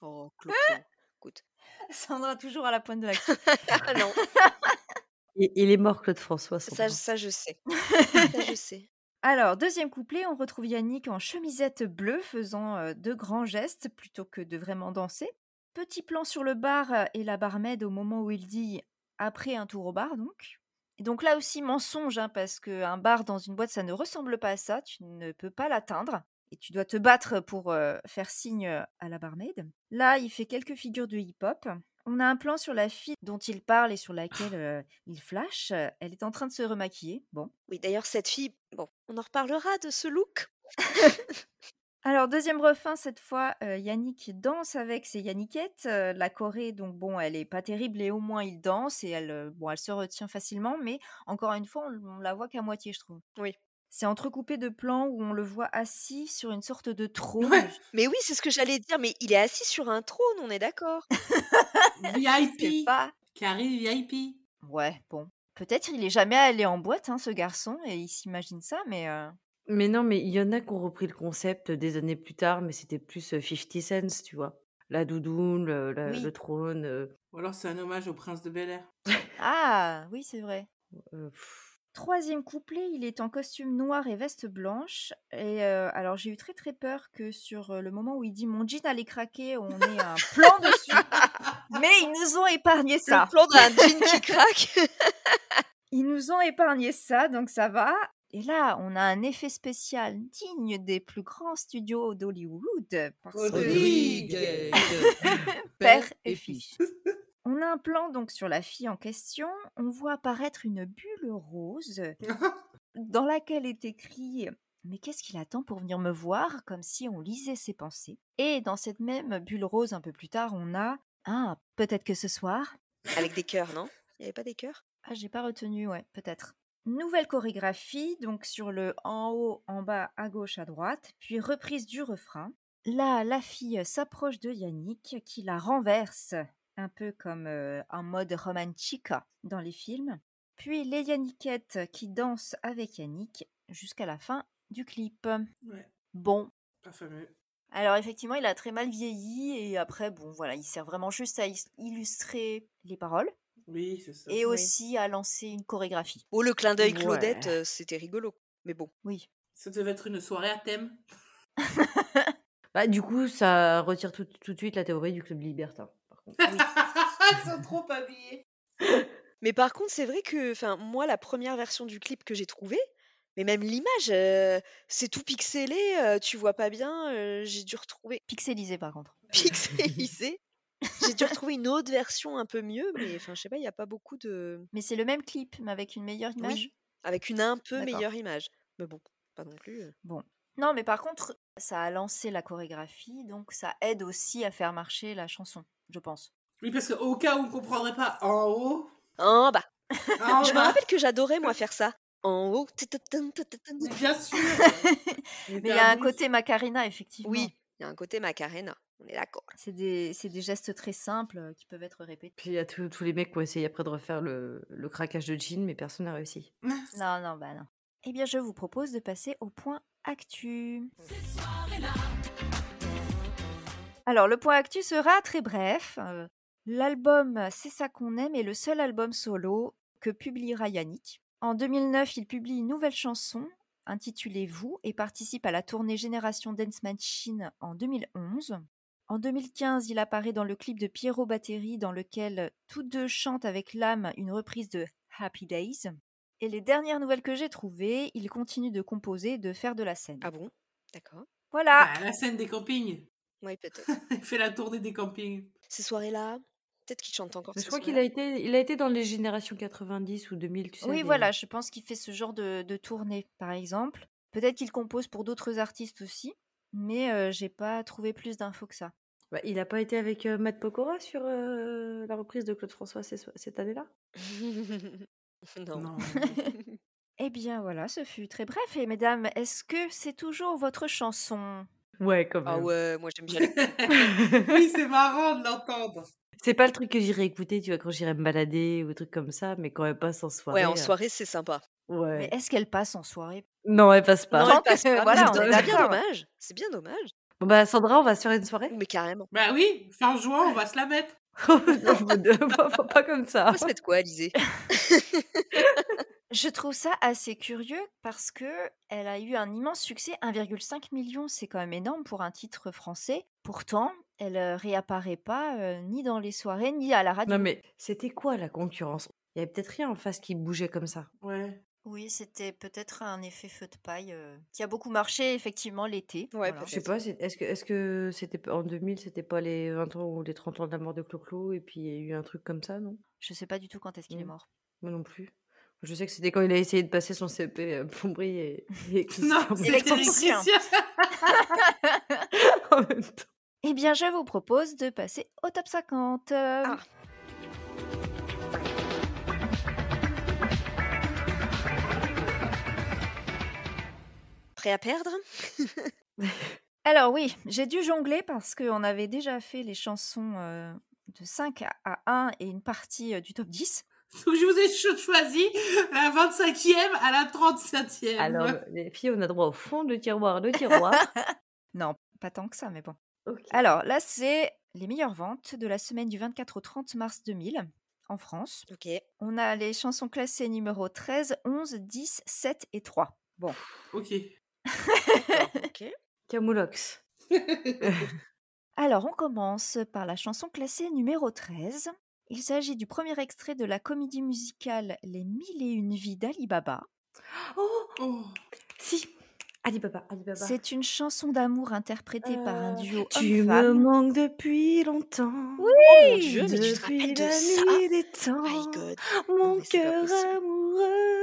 Oh, clo Écoute.
Sandra toujours à la pointe de la
Ah non,
Il, il est mort, Claude François. sans
ça,
doute.
ça je sais. Ça je sais.
Alors, deuxième couplet, on retrouve Yannick en chemisette bleue faisant euh, de grands gestes plutôt que de vraiment danser. Petit plan sur le bar euh, et la barmaid au moment où il dit après un tour au bar donc. Et donc là aussi mensonge hein, parce que un bar dans une boîte ça ne ressemble pas à ça, tu ne peux pas l'atteindre et tu dois te battre pour euh, faire signe à la barmaid. Là, il fait quelques figures de hip-hop. On a un plan sur la fille dont il parle et sur laquelle euh, il flash. Elle est en train de se remaquiller. Bon.
Oui, d'ailleurs, cette fille, bon, on en reparlera de ce look.
Alors, deuxième refrain, cette fois, euh, Yannick danse avec ses Yannickettes. Euh, la Corée, donc bon, elle est pas terrible et au moins il danse et elle, euh, bon, elle se retient facilement, mais encore une fois, on, l- on la voit qu'à moitié, je trouve.
Oui.
C'est entrecoupé de plans où on le voit assis sur une sorte de trône.
Ouais.
Mais oui, c'est ce que j'allais dire, mais il est assis sur un trône, on est d'accord.
Je sais
VIP.
pas.
Carré VIP.
Ouais, bon. Peut-être il est jamais allé en boîte, hein, ce garçon, et il s'imagine ça, mais euh,
Mais non, mais il y en a qui ont repris le concept des années plus tard, mais c'était plus euh, 50 cents, tu vois. La doudoune, le, la-
Oui.
le trône. euh,
Ou alors c'est un hommage au prince de Bel Air.
ah, oui, c'est vrai.
euh, pff.
Troisième couplet, il est en costume noir et veste blanche. Et euh, alors j'ai eu très très peur que sur euh, le moment où il dit mon jean allait craquer, on ait un plan dessus. Mais ils nous ont épargné ça.
Le plan d'un jean qui craque.
Ils nous ont épargné ça, donc ça va. Et là, on a un effet spécial digne des plus grands studios d'Hollywood. parce que-
Rodrigue.
père et fils. On a un plan donc sur la fille en question. On voit apparaître une bulle rose dans laquelle est écrit Mais qu'est-ce qu'il attend pour venir me voir comme si on lisait ses pensées Et dans cette même bulle rose, un peu plus tard, on a Ah, peut-être que ce soir
Avec des cœurs, non Il n'y avait pas des cœurs
Ah, j'ai pas retenu, ouais, peut-être. Nouvelle chorégraphie, donc sur le en haut, en bas, à gauche, à droite, puis reprise du refrain. Là, la fille s'approche de Yannick qui la renverse, un peu comme euh, en mode romantica dans les films. Puis les Yannickettes qui dansent avec Yannick jusqu'à la fin du clip.
Ouais,
Bon,
pas fameux.
alors effectivement, il a très mal vieilli et après, bon, voilà, il sert vraiment juste à is- illustrer les paroles
Oui, c'est ça.
et
Oui.
aussi à lancer une chorégraphie.
Oh, le clin d'œil
Ouais.
Claudette, euh, c'était rigolo. Mais bon,
Oui.
Ça devait être une soirée à thème.
Bah, du coup, ça retire tout, tout de suite la théorie du club libertin. par contre.
Ils sont trop habillés.
Mais par contre, c'est vrai que, enfin, moi, la première version du clip que j'ai trouvée, mais même l'image, euh, c'est tout pixelé, euh, tu vois pas bien. euh, j'ai dû retrouver
Pixelisé par contre.
pixelisé. j'ai dû retrouver une autre version un peu mieux, mais enfin, je sais pas, il n'y a pas beaucoup de,
Mais c'est le même clip, mais avec une meilleure image.
avec une un peu
D'accord.
meilleure image. Mais bon, pas non plus. euh.
Non, mais par contre, ça a lancé la chorégraphie, donc ça aide aussi à faire marcher la chanson, je pense.
Oui, parce qu'au cas où on comprendrait pas, en haut,
En bas.
en
Ah, Je me
bas,
rappelle que j'adorais moi faire ça. En haut. tatatin, tatatin.
mais bien sûr. Mais
Mais il y a un côté Macarena, effectivement.
Oui, il y a un côté Macarena. On est d'accord.
C'est des, c'est des gestes très simples euh, qui peuvent être répétés.
Puis il y a tous tous les mecs qui ont essayé après de refaire le, le craquage de jean, mais personne n'a réussi.
Non, non, bah non. Eh bien, je vous propose de passer au point actu. Alors, le point actu sera très bref. Euh, L'album C'est ça qu'on aime est le seul album solo que publiera Yannick. En 2009, il publie une nouvelle chanson intitulée Vous et participe à la tournée Génération Dance Machine en 2011. En 2015, il apparaît dans le clip de Pierrot Battery dans lequel tous deux chantent avec l'âme une reprise de Happy Days. Et les dernières nouvelles que j'ai trouvées, il continue de composer et de faire de la scène.
Ah bon D'accord.
Voilà
Bah, la scène des campings.
Oui, peut-être.
Il fait la tournée des campings.
ces soirées-là. Peut-être qu'il chante encore.
Mais je
ces
crois qu'il a
soirées-là.
été, il a été dans les générations 90 ou 2000, tu sais.
Oui,
les-
voilà, je pense qu'il fait ce genre de, de tournée, par exemple. Peut-être qu'il compose pour d'autres artistes aussi, mais euh, j'ai pas trouvé plus d'infos que ça.
Bah, il n'a pas été avec euh, Matt Pokora sur euh, la reprise de Claude François ces- cette année-là
non.
Non.
Eh bien voilà, ce fut très bref. Et mesdames, est-ce que c'est toujours votre chanson
Ouais, quand
Ah
même.
ouais, moi j'aime bien les...
oui, c'est marrant de l'entendre.
C'est pas le truc que j'irai écouter, tu vois, quand j'irai me balader ou des trucs comme ça, mais quand elle passe en soirée.
Ouais, en
euh,
soirée, c'est sympa.
ouais.
Mais est-ce qu'elle passe en soirée
euh, Non, elle passe pas.
Non,
Tant
elle passe
que-
pas,
voilà,
mais
on
c'est
est
c'est bien
d'accord.
dommage. C'est bien dommage.
Bon, bah, Sandra, on va se faire une soirée
Mais carrément.
Bah oui, fin juin, on va se la mettre.
Non, faut- faut pas comme ça.
On va se mettre quoi, Alizé
Je trouve ça assez curieux parce que elle a eu un immense succès, 1,5 million, c'est quand même énorme pour un titre français. Pourtant, elle euh, réapparaît pas euh, ni dans les soirées ni à la radio.
Non, mais c'était quoi la concurrence Il y avait peut-être rien en face qui bougeait comme ça.
Ouais.
Oui, c'était peut-être un effet feu de paille euh, qui a beaucoup marché effectivement l'été.
Ouais,
Voilà.
Je sais
peut-être.
pas, c'est- est-ce que est-ce que c'était pas- en 2000, c'était pas les 20 ans ou les 30 ans de la mort de Clo-Clo et puis il y a eu un truc comme ça, non
Je sais pas du tout quand est-ce
Mmh.
qu'il est
Mm.
mort.
Moi non plus. Je sais que c'était quand il a essayé de passer son CP euh, plomberie et, et électricien
Non,
en
c'est
même temps.
Électricien.
électricien.
En même temps.
Eh bien, je vous propose de passer au top 50. euh,
Ah. Prêt à perdre
Alors oui, j'ai dû jongler parce qu'on avait déjà fait les chansons euh, de 5 à- à 1 et une partie euh, du top 10.
Donc je vous ai cho- choisi la 25e à la 37e.
Ah,
Alors, le- les filles, on a droit au fond de tiroir, le tiroir.
Non, pas tant que ça, mais bon.
Ok.
Alors là, c'est les meilleures ventes de la semaine du 24 au 30 mars 2000 en France.
Ok.
On a les chansons classées numéro 13, 11, 10, 7 et 3.
Ok.
d'accord, ok.
Camoulox.
Alors on commence par la chanson classée numéro 13. Il s'agit du premier extrait de la comédie musicale Les Mille et Une Vies d'Alibaba.
Oh,
Oh.
si. Alibaba, Alibaba.
C'est une chanson d'amour interprétée par un
Euh,
duo
Tu me
homme-femme.
manques depuis longtemps.
Oh mon
Oui,
dieu, mais tu te
depuis
rappelles de
la
ça
nuit des
My
temps.
god. Non,
Mon
mais c'est pas
cœur
possible.
amoureux.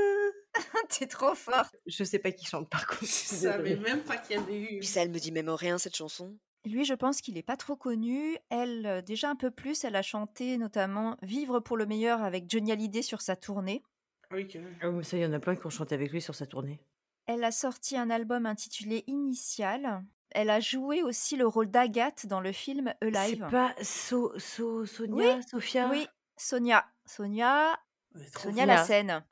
T'es trop fort.
Je sais pas qui chante par contre.
Je
je suis
savais
désolée.
même pas qu'il y avait eu.
Puis ça, elle me dit même rien, cette chanson.
Lui, je pense qu'il n'est pas trop connu. Elle, euh, déjà un peu plus, elle a chanté notamment Vivre pour le meilleur avec Johnny Hallyday sur sa tournée.
Ah oui, quand même.
Ah, mais ça, il y en a plein qui ont chanté avec lui sur sa tournée.
Elle a sorti un album intitulé Initial. Elle a joué aussi le rôle d'Agathe dans le film
C'est
Alive.
pas So- So- Sonia, Sophia
Oui, Sonia. Sonia,
Ouais, trop
Sonia
bien.
la scène.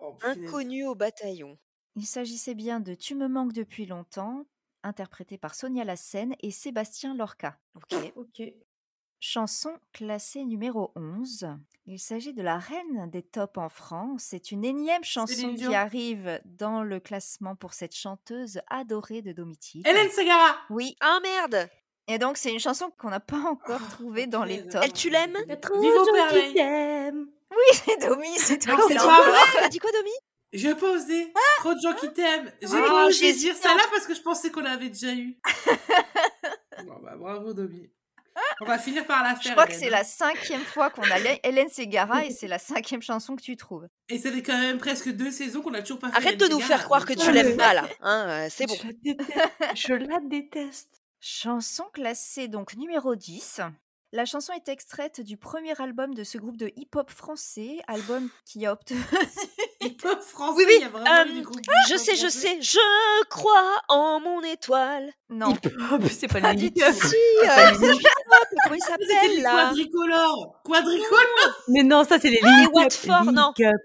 Oh, punaise.
Inconnue au bataillon.
Il s'agissait bien de Tu me manques depuis longtemps, interprété par Sonia la scène et Sébastien Lorca.
Ok.
Ok.
Chanson classée numéro 11. Il s'agit de la reine des tops en France. C'est une énième chanson
Céline
qui
Dion.
arrive dans le classement pour cette chanteuse adorée de Domitil.
Hélène Segara.
Oui,
Ah merde
et donc c'est une chanson qu'on n'a pas
Oh,
encore trouvée dans les
punaise.
tops.
Elle, tu l'aimes
T'as trop
Vive au
de gens qui
Perley.
t'aiment.
C'est Domi, c'est toi
Non,
qui
Ah, c'est
l'as
pas
encore.
vrai.
T'as dit quoi, Domi
Je vais pas osé.
Ah
Trop de gens qui t'aiment. J'ai
Ah,
pas
j'ai
osé
hésité
dire ça là parce que je pensais qu'on l'avait déjà eu. bon, bah, bravo, Dobby. On va finir par la faire.
Je crois que
Hélène.
c'est la cinquième fois qu'on a Hélène- Hélène Ségara et c'est la cinquième chanson que tu trouves.
hein. Et ça fait quand même presque deux saisons qu'on a toujours pas fait.
Arrête de
Hélène
nous
Ségara,
faire croire
donc,
que
euh,
tu l'aimes pas, là. Hein, euh, c'est bon.
Je la déteste. Je la déteste.
Chanson classée donc numéro 10. La chanson est extraite du premier album de ce groupe de hip-hop français, album qui a obtenu
Hip-hop français,
Oui, oui,
il y a vraiment
euh,
eu des groupes
Je
hip-hop
sais, je
français.
sais, je crois en mon étoile.
Non,
Hip-hop, Oh, c'est pas
pas
le
du tout.
hip-hop.
Si, euh, c'est du hip-hop, comment il
C'était
s'appelle
les
là
quadricolores. Quadricolores.
Mais non, ça c'est les
Les
Link Up.
Watford, non.
Link Up.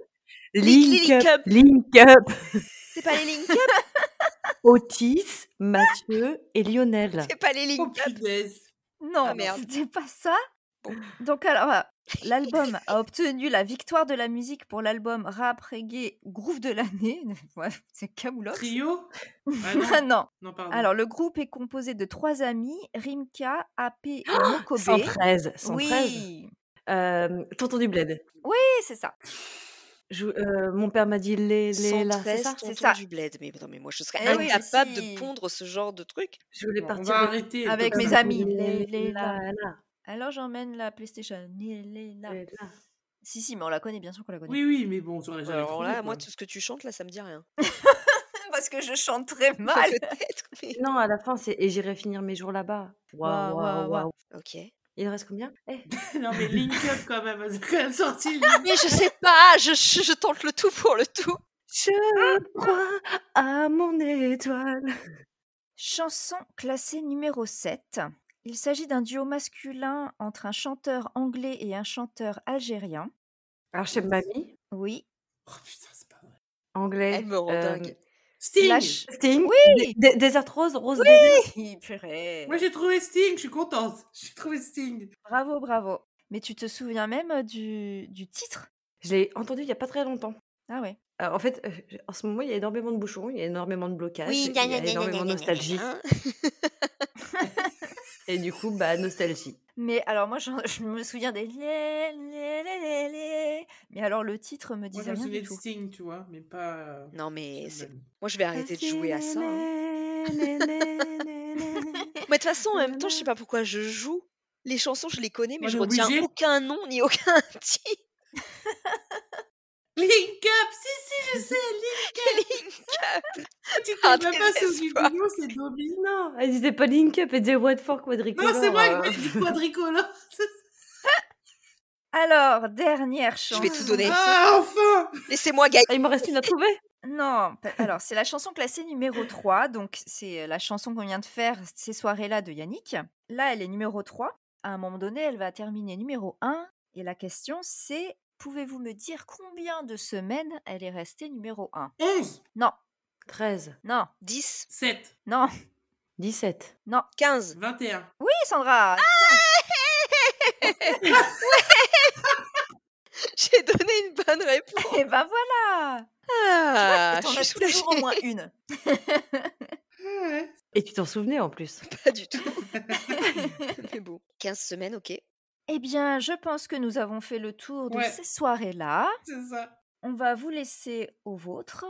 Link-
Link
Link
Up.
Up.
Link Up.
C'est pas les Link Up
Otis, Mathieu et Lionel.
C'est pas les
Oh,
Link Up
punaise.
Non,
Ah, merde.
c'était pas ça.
Bon.
Donc alors, euh, l'album a obtenu la victoire de la musique pour l'album rap reggae groove de l'année. Ouais, c'est Camoulox.
Trio. Ah
Ah
non.
non.
non, pardon.
Alors le groupe est composé de trois amis, Rimka, AP et
Ah,
Mokobe.
113. 113.
Oui.
Euh, Tonton du Bled.
oui, c'est ça.
Je- euh, mon père m'a dit les, les, là, c'est
113
ça
c'est
Tonton
ça.
du bled. Mais non, mais moi je serais
Eh oui, mais
incapable
si.
Ah de pondre ce genre de truc.
Je voulais
Bon, on
partir
va arrêter.
Avec
comme
mes
ça.
amis. Les-
Les,
les-
là,
Alors j'emmène la PlayStation. Elle est là.
là, les, là.
Si, si, mais on la connaît, bien sûr qu'on la connaît.
Oui, oui, mais bon, on l'a jamais
Alors
trouvé,
là,
quoi.
moi tout ce que tu chantes là, ça me dit rien.
Parce que je chante très mal.
Peut-être, mais.
Non, à la fin, c'est et j'irai finir mes jours là-bas.
Waouh,
Waouh,
waouh,
waouh, waouh.
Ok.
Il en reste combien Eh,
Non, mais Link Up quand même. C'est quand même sorti. Oh,
Mais je sais pas, je, je- je tente le tout pour le tout.
Je crois à mon étoile.
Chanson classée numéro 7. Il s'agit d'un duo masculin entre un chanteur anglais et un chanteur algérien.
Alors, chez Mamie,
Oui.
Oh putain, c'est pas vrai.
anglais.
Elle me rend
euh,
dingue.
Sting
Lâche-
Sting,
Oui.
Des, Désert Rose, Rose
Hi, purée.
Moi j'ai trouvé Sting, je suis contente. J'ai trouvé Sting.
Bravo, bravo. Mais tu te souviens même euh, du, du titre
Je l'ai entendu il n'y a pas très longtemps.
Ah ouais.
Euh, en fait, euh, j- en ce moment, il y a énormément de bouchons, il y a énormément de blocages,
Oui,
il y a énormément de nostalgie.
Ah.
Et du coup, bah, nostalgie.
Mais alors moi, j'en- je, me souviens des lé, lé, lé, lé, lé. Mais alors le titre me
Moi
disait
je me
rien
souviens
du
de
tout.
Sting, tu vois, mais pas. euh,
Non, mais c'est-
Sting.
moi, je vais arrêter de jouer à ça. hein.
Moi,
Mais de toute façon, en même temps, je sais pas pourquoi je joue. Les chansons, je les connais, mais
On
je
est
retiens
obligé.
aucun nom ni aucun titre.
Link Up Si, si, je sais, Link Up Tu
Ah,
connais même pas ce
désespoir.
vidéo, c'est Dobby.
Non, elle disait pas Link Up, elle disait What for
Non,
Quadricolore.
c'est moi
euh.
qui dit quadricolore.
Alors, dernière
Je
chanson.
vais tout donner.
Ah, enfin
Laissez-moi gagner.
Ah, il m'en reste une à trouver.
Non, pa- alors c'est la chanson classée numéro 3, donc c'est la chanson qu'on vient de faire ces soirées-là de Yannick. Là, elle est numéro 3. À un moment donné, elle va terminer numéro 1. Et la question, c'est pouvez-vous me dire combien de semaines elle est restée numéro 1
11,
13,
Non,
10,
7,
non.
17.
15.
21.
Oui, Sandra
Ah J'ai donné une bonne réponse.
Et ben voilà
Ah,
Tu
je
vois que T'en
suis
as toujours au
soulagée.
moins une.
Ah ouais.
Et tu t'en souvenais en plus.
hein.
Pas du tout. Mais bon. 15 semaines, ok.
Eh bien, je pense que nous avons fait le tour de
Ouais.
ces soirées-là.
C'est ça.
On va vous laisser au vôtre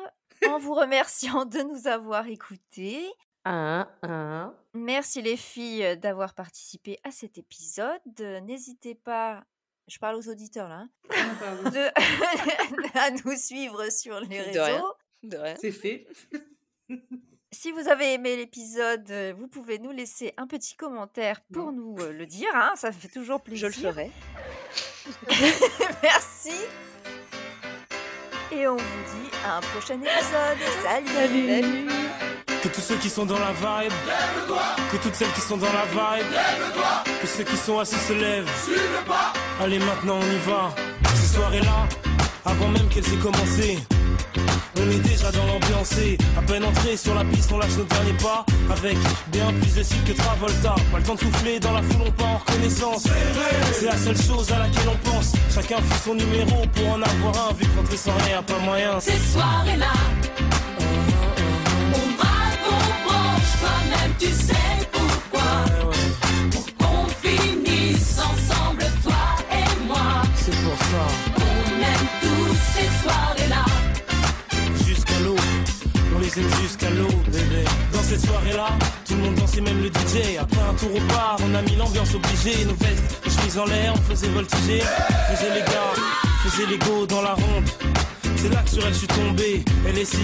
en vous remerciant de nous avoir écoutés.
1, 1.
Merci les filles d'avoir participé à cet épisode. Euh, N'hésitez pas, je parle aux auditeurs là, hein,
Ah, pardon.
de- à nous suivre sur les
De rien.
réseaux.
De rien.
C'est fait.
Si vous avez aimé l'épisode, euh, vous pouvez nous laisser un petit commentaire pour nous euh, le dire. hein, ça fait toujours
Je
plaisir.
le ferai.
Merci. Et on vous dit à un prochain épisode. Salut.
Eh
Salut.
Que tous ceux qui sont dans la vibe, que toutes celles qui sont dans la vibe, que ceux qui sont assis se lèvent. Allez, maintenant on y va. Ces soirées-là, avant même qu'elles aient commencé. On est déjà dans l'ambiance et à peine entré sur la piste, on lâche nos derniers pas avec bien plus de style que Travolta. Pas le temps de souffler dans la foule, on part en reconnaissance. C'est la seule chose à laquelle on pense. Chacun fait son numéro pour en avoir un, vu que rentrer sans rien, pas moyen.
Ces soirées-là, on braque, on branche, toi-même tu sais pourquoi.
Ouais, ouais,
Pour qu'on finisse ensemble, toi et moi.
c'est pour ça.
On aime tous ces soirées-là.
jusqu'à l'eau. On les aime jusqu'à l'eau, bébé. Dans cette soirée-là, tout le monde dansait, même le DJ. Après un tour au bar, on a mis l'ambiance obligée. Nos vestes, nos chemises en l'air, on faisait voltiger. Faisait les gars, faisait les go dans la ronde. C'est là que sur elle je suis tombé, elle est si.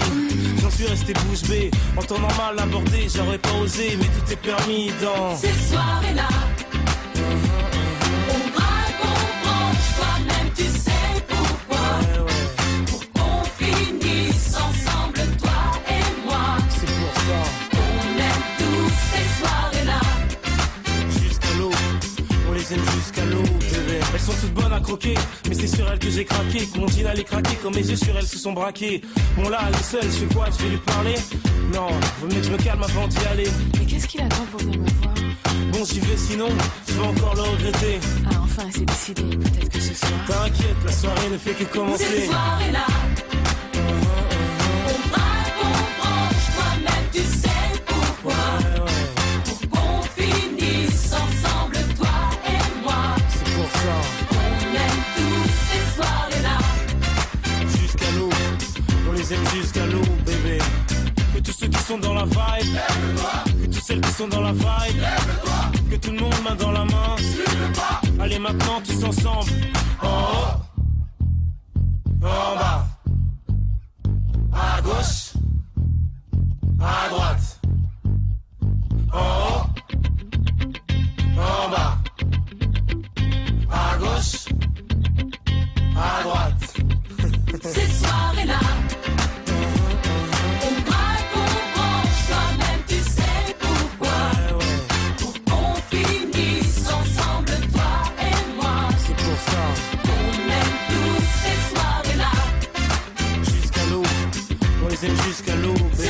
J'en suis resté bouche bée. En temps normal, abordé, j'aurais pas osé, mais tout est permis dans.
Ces soirées-là, on braque, on branche, toi-même tu sais pourquoi.
Ouais, ouais,
Pour qu'on finisse ensemble, toi et moi.
c'est pour ça.
On aime tous ces soirées-là.
jusqu'à l'eau. On les aime jusqu'à l'eau, bébé. Elles sont toutes bonnes à croquer, mais c'est sur elles que j'ai craqué. Que mon jean allait craquer, quand mes yeux sur elles se sont braqués. Bon là, elle est seule, je fais quoi Je vais lui parler Non, vaut mieux que je me calme avant d'y aller.
Mais qu'est-ce qu'il attend pour venir me voir
Bon, j'y vais, sinon, je vais encore le regretter.
Ah, enfin, elle s'est décidée, peut-être que ce soir.
T'inquiète, la soirée ne fait que
Ces
commencer.
soirées-là, on braque, on branche, toi-même tu sais pourquoi.
Ouais, ouais,
Pour qu'on finisse ensemble, toi et moi.
c'est pour ça.
On aime tous ces soirées-là.
Jusqu'à l'eau, on les aime jusqu'à l'eau, bébé. Que tous ceux qui sont dans la vibe, que toutes celles qui sont dans la vibe, que tout le monde main dans la main. Allez maintenant tous ensemble, en haut, en bas, à gauche, à droite, en haut, en bas, à gauche, à droite.
Ces soirées-là,
Oh, oh, les aime jusqu'à l'eau, bébé.